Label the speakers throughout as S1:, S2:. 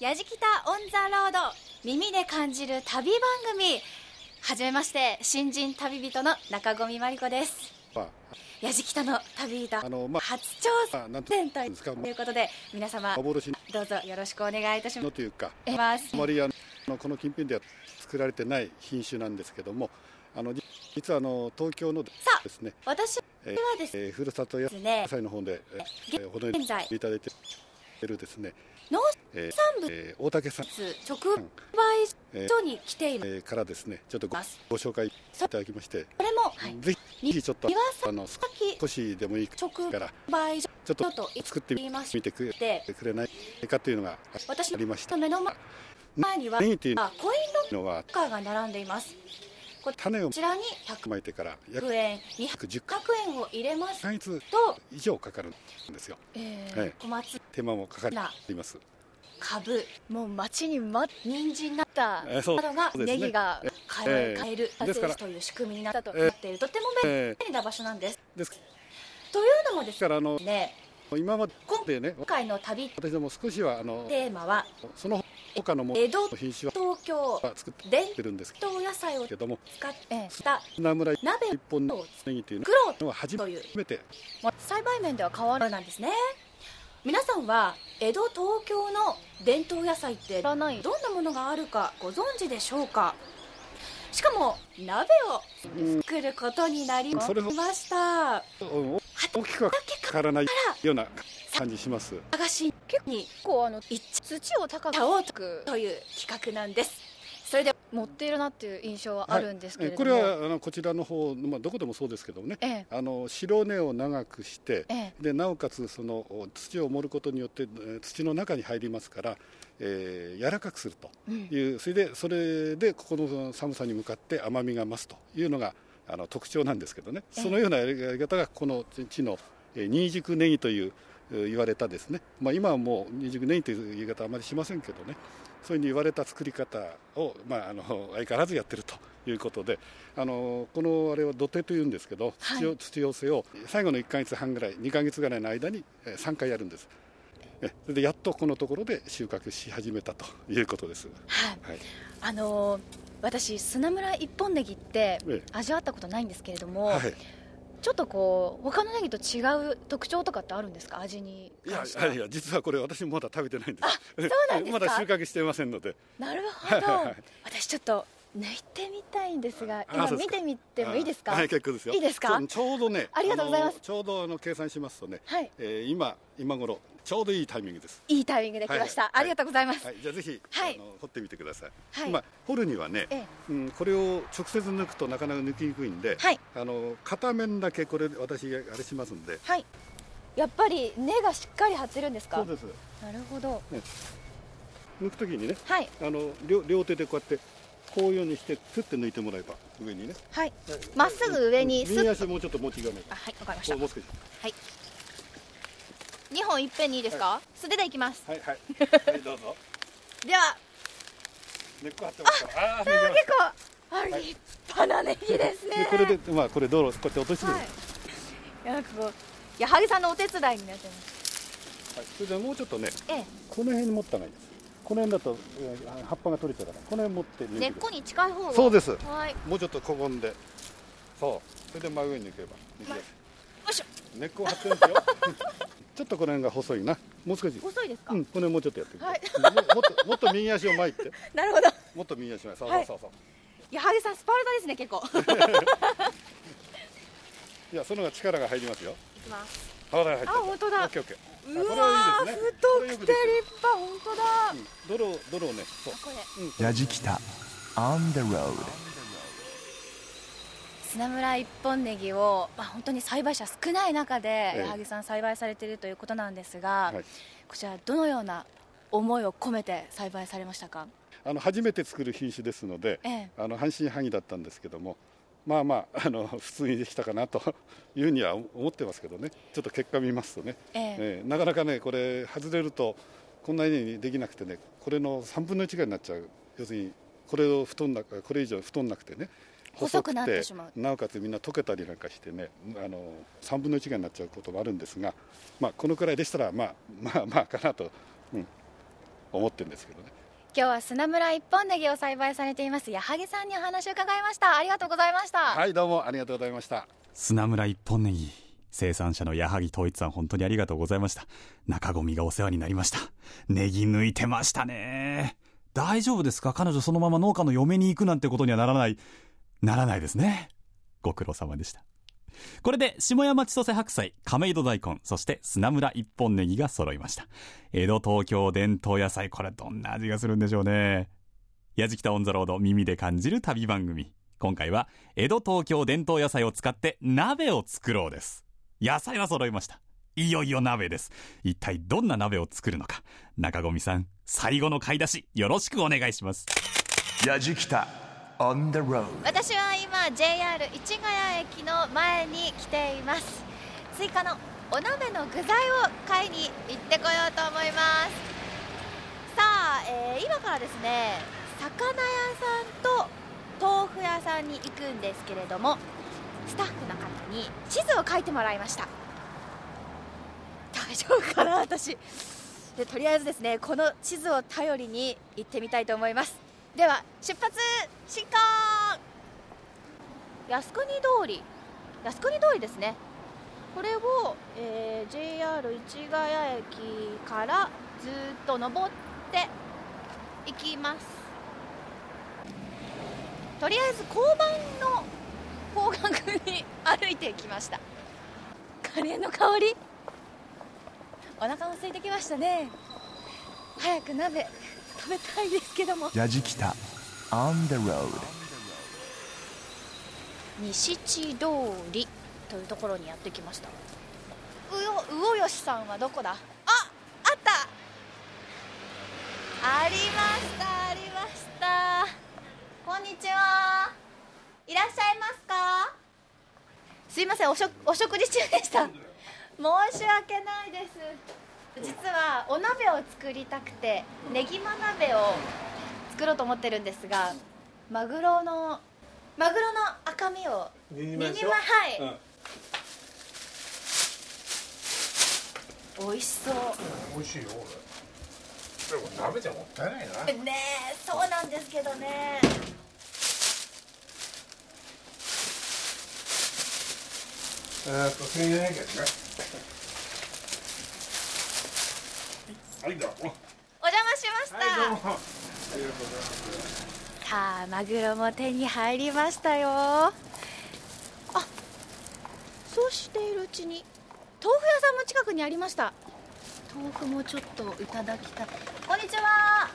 S1: やじきたオン・ザ・ロード耳で感じる旅番組はじめまして新人旅人の中込真理子です
S2: まあ
S1: やじきたの旅人
S2: あのまあ
S1: 初挑
S2: あなんと
S1: 戦と
S2: いうんですかまあ
S1: いうことで皆様
S2: 幻
S1: どうぞよろしくお願いいたし
S2: のというか
S1: ます
S2: マリアのこの近辺では作られてない品種なんですけどもあのじ実はあの東京ので
S1: さあ
S2: すね、
S1: 私は
S2: え
S1: ですね
S2: えーふるさと野
S1: ね
S2: 菜の方で、えー、ほどい
S1: 現在
S2: ていただいているですね、
S1: 農
S2: えー
S1: 産物
S2: えー大竹さん、
S1: 直売所に来てい
S2: え
S1: ます
S2: ーからですねちょっとご
S1: ます
S2: ご紹介いただきまして、
S1: これも、はい、
S2: ぜひぜひちょっと
S1: 岩崎
S2: あの少しでもいい
S1: 直
S2: から
S1: 売所
S2: ちょっと
S1: ちょっと
S2: 作って
S1: 言い
S2: み
S1: ます
S2: 見てく
S1: で
S2: くれないかというのが
S1: 私
S2: ありました
S1: の目の前には
S2: ネギっていう
S1: あコインロッ
S2: のは
S1: カーが並んでいますこ
S2: 種を
S1: ちらに100
S2: まいてから約
S1: 100円200
S2: 110ヶ
S1: 円を入れますと、
S2: 月以上かかるんですよ
S1: え
S2: はい
S1: ー、小松
S2: 手間もかかります
S1: かぶもう待ちに待っ人参なった
S2: えーそう
S1: などが
S2: そうですね
S1: ネギが
S2: え
S1: 買え
S2: えー
S1: 買える
S2: で
S1: 発
S2: すか
S1: 生
S2: ら
S1: という仕組みになったと
S2: えー
S1: なっているとても便
S2: え
S1: 利な場所なんです
S2: ーです
S1: というのもです
S2: からあの
S1: ね
S2: 今までね
S1: 今回の旅
S2: 私ども少しはあの
S1: テーマは
S2: その他のも
S1: 江戸
S2: 品種
S1: 東京
S2: は作っ
S1: 伝
S2: てるんです
S1: 統野菜を
S2: けども
S1: 使った
S2: 砂村一
S1: 鍋
S2: 本のネギという
S1: 作ろう
S2: のは初
S1: という
S2: めて
S1: もう栽培面では変わらないんですね皆さんは江戸東京の伝統野菜ってどんなものがあるかご存知でしょうかしかも鍋を作ることになりま
S2: それほど
S1: した
S2: うん大きくはかからないような感じします
S1: 探し
S3: 結構あの一致土を高
S1: 茶をと
S3: く
S1: という企画なんですそれでは
S3: 持っているなっていう印象はあるんですけれ
S2: は
S3: ど
S2: い
S3: も、
S2: これはあのこちらの方のまあどこでもそうですけどもね
S3: ええ
S2: あの白根を長くして、
S3: え
S2: でなおかつそのお土を盛ることによってえー土の中に入りますから、えー柔らかくするという、それでそれでここの寒さに向かって甘みが増すというのがあの特徴なんですけどね、そのようなやり方がこの地の、えー二軸ネギというえー言われたですね、まあ、今はもう二軸ネギという言い方はあまりしませんけどねそういうふうに言われた作り方を、まあ、あの 相変わらずやってるということであのこのあれは土手というんですけど土を、土寄せを最後の1か月半ぐらい2か月ぐらいの間にえー3回やるんですえそれでやっとこのところで収穫し始めたということです、
S3: はい
S2: はい、
S3: あのー私砂村一本ネギって
S2: ええ
S3: 味わったことないんですけれども、
S2: はい
S3: ちょっとこう他のネギと違う特徴とかってあるんですか味に
S2: いや
S3: 関して
S2: い
S3: は
S2: やいや実はこれ私もまだ食べてないんですそう
S3: なんですか
S2: まだ収穫していませんので
S3: なるほど
S2: はいはいはい
S3: 私ちょっと抜いてみたいんですが
S2: あ
S3: 今
S2: そうです
S3: 見
S2: か
S3: てみてもいいですか
S2: はい、結構ですよ。
S3: いいですか
S2: そうちょうどね。
S3: ありがとうございます
S2: あのちょうどあの計算しますとね。
S3: はい
S2: えー今今頃ちょうどいいタイミングです。
S3: いいタイミングできました、
S2: はいはい
S3: ありがとうございます、
S2: はい、じゃあぜひ、
S3: はい
S2: あの掘ってみてください。
S3: はい
S2: まあ掘るにはね、
S3: ええ
S2: うんこれを直接抜くとなかなか抜きにくいんで、
S3: はい
S2: あの片面だけこれ私あれしますんで。
S3: はいやっぱり根がしっかり張ってるんですか
S2: そうです。
S3: なるほど
S2: 抜くときにね、
S3: はい
S2: あの両両手でこうやってこういうようにしてスって抜いてもらえば上にね。
S3: はいまっすぐ上にスッ
S2: 右足もうちょっと持ちがね。
S3: あはいわかりまし
S2: こ
S3: た
S2: うもう少し。
S3: 2本いっぺんにいいですか、素手でいきます
S2: はいはい。はいどうぞ。
S3: では
S2: 根っこ張ってますから。ああー、抜けました
S3: 結構あ立派なネギですね
S2: でこれでまあこれ道路こうやって落としてる、
S3: は
S2: はい
S3: いいやなんかこう矢作さんのお手伝いになってます
S2: それでもうちょっとね
S3: え
S2: この辺に持った方がいいですこの辺だとえー葉っぱが取れちゃうからこの辺持って抜いてください
S3: に近い方
S2: そうです
S3: はいよ
S2: もうちょっとこぼんでそうそれで真上に抜けば抜けば
S3: いしょ
S2: 根っこを張ってるんですよ ちょっとこの辺が細いなもう少し
S3: 細いですか、
S2: うんこの辺もうちょっとやってみて、
S3: はい
S2: ももっともっと右足を前行って
S3: なるほど
S2: もっと右足前そう
S3: は
S2: そう
S3: い
S2: そうそう、
S3: 矢作さんスパルタですね結構い
S2: い、やその方が力が入りますよ
S3: きます
S2: あ入ってた
S3: あ本当だ
S2: オッケーオッケ
S3: う
S2: ー
S3: わー
S2: あこれはいいですねこれよ
S3: 太く
S2: く
S3: て
S2: で
S3: 立
S2: きてる
S3: 派本当だ、
S2: 泥を泥をねそう
S3: これ
S4: ラジキタ On the road
S3: 砂村一本ネギを、まあ、本当に栽培者少ない中で
S2: え
S3: 矢作さん栽培されているということなんですが、
S2: はい
S3: こちらどのような思いを込めて栽培されましたか
S2: あの初めて作る品種ですので、
S3: ええ
S2: あの半信半疑だったんですけどもまあまああ の普通にできたかなというには思ってますけどねちょっと結果見ますとね、
S3: ええ
S2: なかなかねこれ外れるとこんなにできなくてねこれの3分の1ぐらいになっちゃう要するにこれを太んなこれ以上太んなくてね
S3: 細くなってしまう
S2: 細くてなおかつみんな溶けたりなんかしてねあの3分の1ぐらいになっちゃうこともあるんですが、まあ、このくらいでしたらまあまあまあかなと、うん思ってるんですけどね
S3: 今日は砂村一本ネギを栽培されています矢作さんにお話を伺いましたありがとうございました、
S2: はいどうもありがとうございました
S5: 砂村一本ネギ生産者の矢作統一さん本当にありがとうございました中込がお世話になりましたネギ抜いてましたね大丈夫ですか彼女そのまま農家の嫁に行くなんてことにはならないならないですねご苦労様でしたこれで下山千歳白菜亀戸大根そして砂村一本ネギが揃いました江戸東京伝統野菜これどんな味がするんでしょうね矢じきたオン・ザ・ロード耳で感じる旅番組今回は江戸東京伝統野菜を使って鍋を作ろうです野菜は揃いましたいよいよ鍋です一体どんな鍋を作るのか中込さん最後の買い出しよろしくお願いします
S4: ヤジキタ on the road
S3: 私は今 JR 市ヶ谷駅の前に来ています追加のお鍋の具材を買いに行ってこようと思いますさあ、えー今からですね魚屋さんと豆腐屋さんに行くんですけれどもスタッフの方に地図を書いてもらいました大丈夫かな私でとりあえずですねこの地図を頼りに行ってみたいと思いますでは出発進行靖国通り靖国通りですねこれを、えー JR 市ヶ谷駅からずっと登っていきますとりあえず交番の方角に歩いてきましたカレーの香りお腹も空いてきましたね早く鍋食べたいですけども
S4: ヤジキタ on the road
S3: 西地通りというところにやってきましたうよ魚吉さんはどこだああったありましたありましたこんにちはいらっしゃいますかすいませんおしょお食事中でした申し訳ないです実はお鍋を作りたくてねぎま鍋を作ろうと思ってるんですがマグロのマグロの赤身を
S6: にぎ
S3: ミ
S6: ま
S3: ニ
S6: しょ
S3: マ
S6: う
S3: はい、
S6: うん
S3: 美味しそう
S6: 美味しいよ俺でも鍋じゃもったいないな
S3: ねえそうなんですけどね
S6: えーっと千円円券ねはいどうも
S3: お邪魔しました、
S6: はいどうもありがとうござい
S3: さあマグロも手に入りましたよあそうしているうちに豆腐屋さんも近くにありました豆腐もちょっといただきたいこんにちは、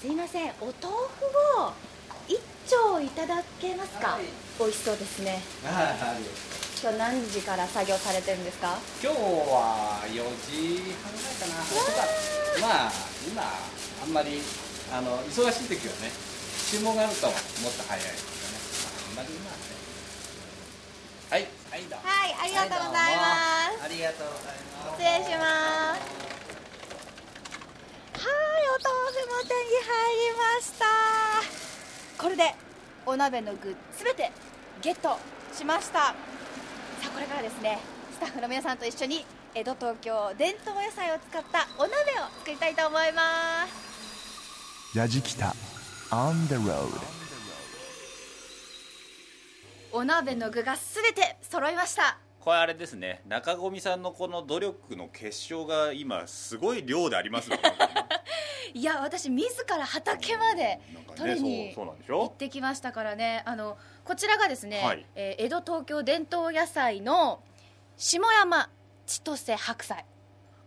S3: すいませんお豆腐を一丁いただけますか、美味しそうですね
S7: はい
S3: 今日何時から作業されてるんですか
S7: 今日は4時半ぐらいかな遅かったまあ今あんまりあの忙しい時はね注文があるともっと早いですよね、まあ、あんまり今はねはいはいどうも
S3: はいありがとうございます
S7: ありがとうございます
S3: 失礼しますはいお豆腐も手に入りましたこれでお鍋の具すべてゲットしましたさあこれからですねスタッフの皆さんと一緒に江戸東京伝統野菜を使ったお鍋を作りたいと思います
S4: ヤジキタ on the road
S3: お鍋の具がすべて揃いました
S8: これあれですね中込さんのこの努力の結晶が今すごい量でありますよ
S3: いや私自ら畑まで
S8: なんか
S3: 取り
S8: ね
S3: に
S8: そうそうなんでし
S3: 行っ
S8: ょ
S3: てきましたからねあのこちらがですね、
S8: はい
S3: えー江戸東京伝統野菜の下山千歳白菜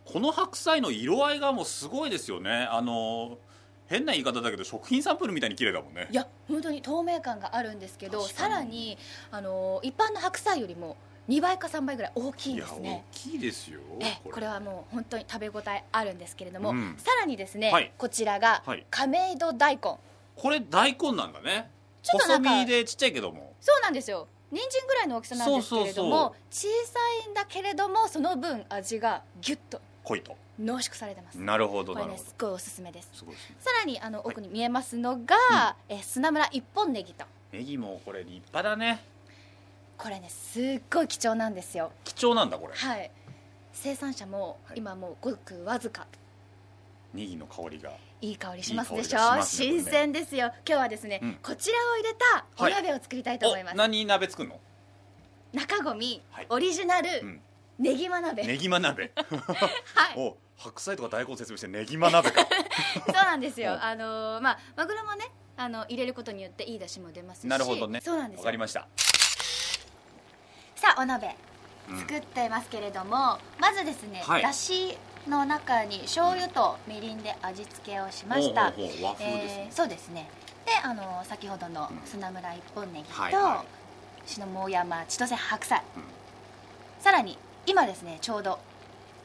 S8: この白菜の色合いがもうすごいですよねあの変な言い方だけど食品サンプルみたいに綺麗だもんね
S3: いや本当に透明感があるんですけど
S8: 確かに
S3: さらにあの一般の白菜よりも2倍か3倍ぐらい大きいんです
S8: いや
S3: ね
S8: 大きいですよ
S3: ええこれはもう本当に食べ応えあるんですけれども、
S8: うん
S3: さらにですね、
S8: はい
S3: こちらが
S8: はい
S3: 亀戸大根
S8: これ大根なんだね
S3: ちょっとな
S8: 細
S3: んか
S8: 身でちっちゃいけども
S3: そうなんですよ人参ぐらいの大きさなんですけれども小さいんだけれどもその分味がギュッと
S8: 濃いと
S3: 濃縮されてます
S8: なるほど
S3: こ
S8: な
S3: れ
S8: るほ
S3: ね
S8: ど
S3: すっごいおすすめです
S8: すごいですね
S3: さらにあの奥に見えますのが、え砂村一本ネギと
S8: ネギもこれ立派だね
S3: これねすっごい貴重なんですよ
S8: 貴重なんだこれ
S3: はい生産者も
S8: はい
S3: 今もうごくわずか
S8: ネギの香りが
S3: いい香りしますでし
S8: いい香り
S3: ょ
S8: がしますね
S3: 新鮮ですよ今日はですね、
S8: うん
S3: こちらを入れたお鍋を作りたいと思います、
S8: お何鍋作るの
S3: 中込
S8: はい
S3: オリジナル
S8: ん
S3: ネギま鍋、
S8: ネギマ鍋
S3: はい
S8: お白菜とか大根説明してネギマ鍋 か
S3: そうなんです
S8: う
S3: よ
S8: ん
S3: あのーまあマグロもねあの入れることによっていい出汁も出ますし
S8: なるほどね
S3: そうなんですよ
S8: わかりました
S3: さあお鍋
S8: うん
S3: 作ってますけれども、まずですね、
S8: はい
S3: だしの中に醤油とみりんで味付けをしました、
S8: ほうほうほう和風です
S3: えー
S8: ね
S3: そうですねであの先ほどの砂村一本ネギと、
S8: はいは
S3: 篠桃山千歳白菜、
S8: うん
S3: さらに今ですねちょうど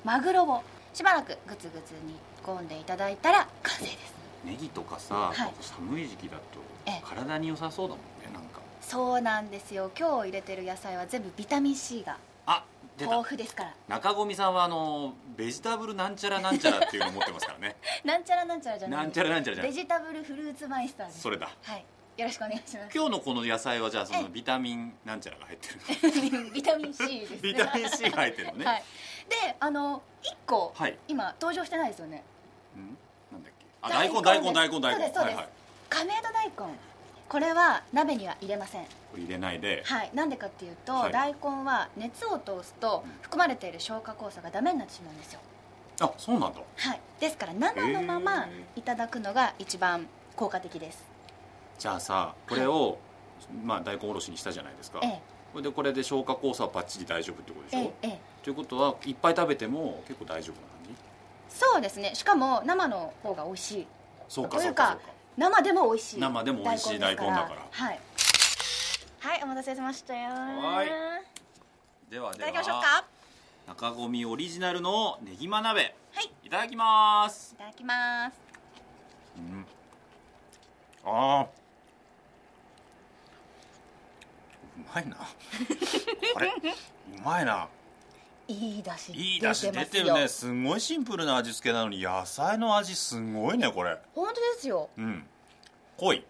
S3: マグロをしばらくグツグツ煮込んでいただいたら完成です
S8: ネギとかさ、
S3: はい
S8: 寒い時期だと
S3: ええ
S8: 体に良さそうだもんねなんか
S3: そうなんですよ今日入れてる野菜は全部ビタミン C が
S8: あ出
S3: 豊
S8: た
S3: 富ですから
S8: 中込さんはあのベジタブルなんちゃらなんちゃらっていうの持ってます からね
S3: なんちゃらなんちゃらじゃない
S8: なんちゃらなんちゃらじゃ
S3: ベ
S8: ない
S3: ジタブルフルーツマイスターです
S8: それだ
S3: はいよろしくお願いし ます
S8: 今日のこの野菜はじゃあそ
S3: え
S8: のビタミンなんちゃらが入ってる
S3: ビタミン C ですね
S8: ビタミン C が入ってるのね
S3: はい、であの1個、
S8: はい
S3: 今登場してないですよね
S8: うんなんだっけあ大根大根大根大
S3: そうです
S8: 根
S3: そう
S8: は
S3: で
S8: い
S3: す、
S8: はい
S3: 亀戸大根これは鍋には入れません
S8: これ入れないで
S3: はいなんでかっていうと、
S8: はい
S3: 大根は熱を通すと含まれている消化酵素がダメになってしまうんですよ
S8: あそうなんだ
S3: はいですから生のままいただくのが一番効果的です
S8: じゃあさこれを、まあ、大根おろしにしたじゃないですか、
S3: ええ
S8: これでこれで消化酵素はバッチリ大丈夫ってことでし
S3: え
S8: ょ、
S3: えええ
S8: ということはいっぱい食べても結構大丈夫な感じ
S3: そうですねしかも生の方が美味しい
S8: そうか
S3: とい
S8: そう
S3: う
S8: か
S3: か生でも美味しい
S8: 生でも美味しい
S3: です
S8: 大根だから
S3: はいはいお待たせしましたよ
S8: はい
S3: い
S8: では
S3: た
S8: で
S3: だきましょう
S8: は
S3: か
S8: 中込オリジナルのねぎま鍋
S3: はい
S8: いただきます
S3: いただきます
S8: ああう まいなあれうまいない
S3: い出汁
S8: いいだし出てるねすごいシンプルな味付けなのに野菜の味すごいねこれ
S3: 本当ですよ
S8: うん濃い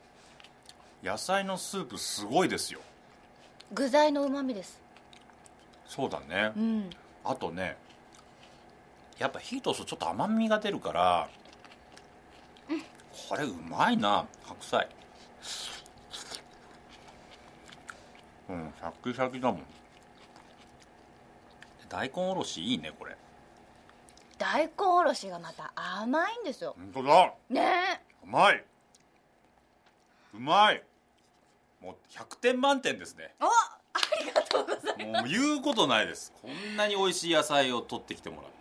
S8: 野菜のスープすごいですよ
S3: 具材の旨味です
S8: そうだね
S3: うん
S8: あとねやっぱ火通すとちょっと甘みが出るからこれうまいな白菜うんシャキシャキだもん大根おろしいいねこれ
S3: 大根おろしがまた甘いんですよ
S8: 本当だ
S3: ね
S8: うまいうまいもう100点満点ですね
S3: おありがとうございます
S8: もう言うことないですこんなに美味しい野菜を取ってきてもらって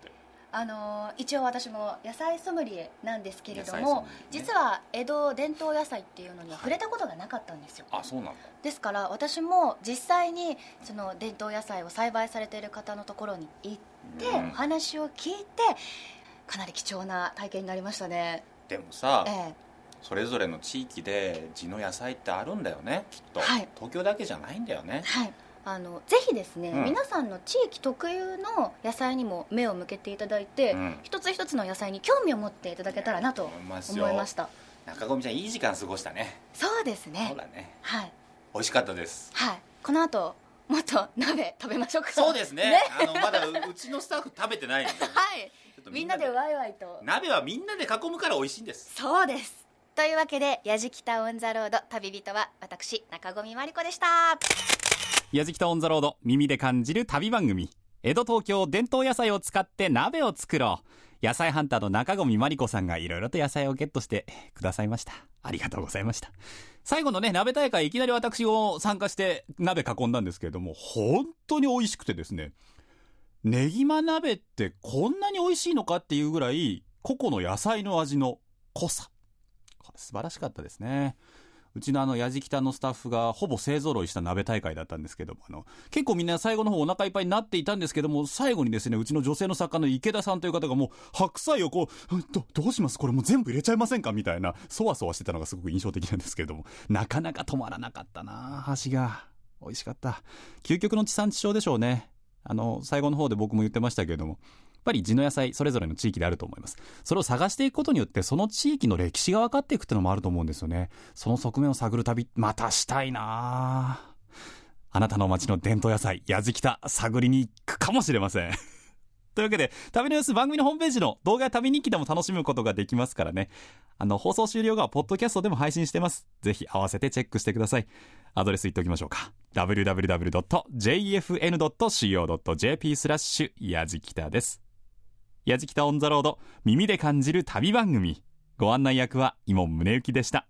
S3: あのー一応私も野菜ソムリエなんですけれど
S8: 野菜ソ
S3: も、
S8: ムリエね
S3: 実は江戸伝統野菜っていうのには触れたことがなかったんですよ、
S8: あそうなんだ
S3: ですから私も実際にその伝統野菜を栽培されている方のところに行って
S8: うん
S3: お話を聞いてかなり貴重な体験になりましたね、
S8: でもさ、
S3: え
S8: それぞれの地域で地の野菜ってあるんだよねきっと、
S3: はい
S8: 東京だけじゃないんだよね
S3: えはいあのぜひですね、
S8: うん
S3: 皆さんの地域特有の野菜にも目を向けていただいて、
S8: うん
S3: 一つ一つの野菜に興味を持っていただけたらなと
S8: 思いますよ
S3: 思いました
S8: 中込ちゃんいい時間過ごしたね
S3: そうです
S8: そ
S3: ね
S8: うだね
S3: はい
S8: 美味しかったです
S3: はい、この後もっと鍋食べましょうか
S8: そうですねあのまだううちのスタッフ食べてないんで
S3: はい
S8: ちょっと
S3: みんなでワイワイと
S8: 鍋はみんなで囲むから美味しいんです
S3: そうですというわけで「やじきたオン・ザ・ロード旅人」は私中込まりこでした
S5: やじきたオンザロード耳で感じる旅番組江戸東京伝統野菜を使って鍋を作ろう野菜ハンターの中込まりこさんがいろいろと野菜をゲットしてくださいましたありがとうございました最後のね鍋大会いきなり私を参加して鍋囲んだんですけれども本当に美味しくてですねネギマ鍋ってこんなに美味しいのかっていうぐらい個々の野菜の味の濃さこれ素晴らしかったですねうちのあの、やじきたのスタッフがほぼ勢揃いした鍋大会だったんですけども、あの、結構みんな最後の方お腹いっぱいになっていたんですけども、最後にですね、うちの女性の作家の池田さんという方がもう、白菜をこう、うんど、どうしますこれもう全部入れちゃいませんかみたいな、そわそわしてたのがすごく印象的なんですけれども、なかなか止まらなかったな箸が。美味しかった。究極の地産地消でしょうね。あの、最後の方で僕も言ってましたけれども、やっぱり地の野菜、それぞれの地域であると思います。それを探していくことによって、その地域の歴史が分かっていくっていうのもあると思うんですよね。その側面を探る旅、またしたいなああなたの街の伝統野菜、やじきた、探りに行くかもしれません。というわけで、旅の様子番組のホームページの動画や旅日記でも楽しむことができますからね。あの、放送終了後は、ポッドキャストでも配信してます。ぜひ合わせてチェックしてください。アドレス言っておきましょうか。www.jfn.co.jp スラッシュ、やじきたです。やじきたオンザロード、耳で感じる旅番組。ご案内役は、イモン宗行でした。